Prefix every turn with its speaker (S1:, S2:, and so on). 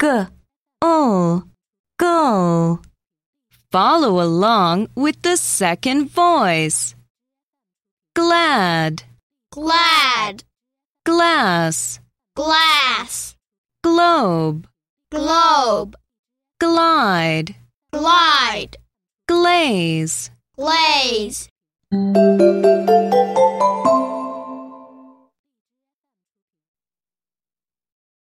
S1: g, ul, gull. Follow along with the second voice. Glad,
S2: glad,
S1: glass,
S2: glass,
S1: globe,
S2: globe,
S1: glide,
S2: glide,
S1: glaze.
S2: glaze.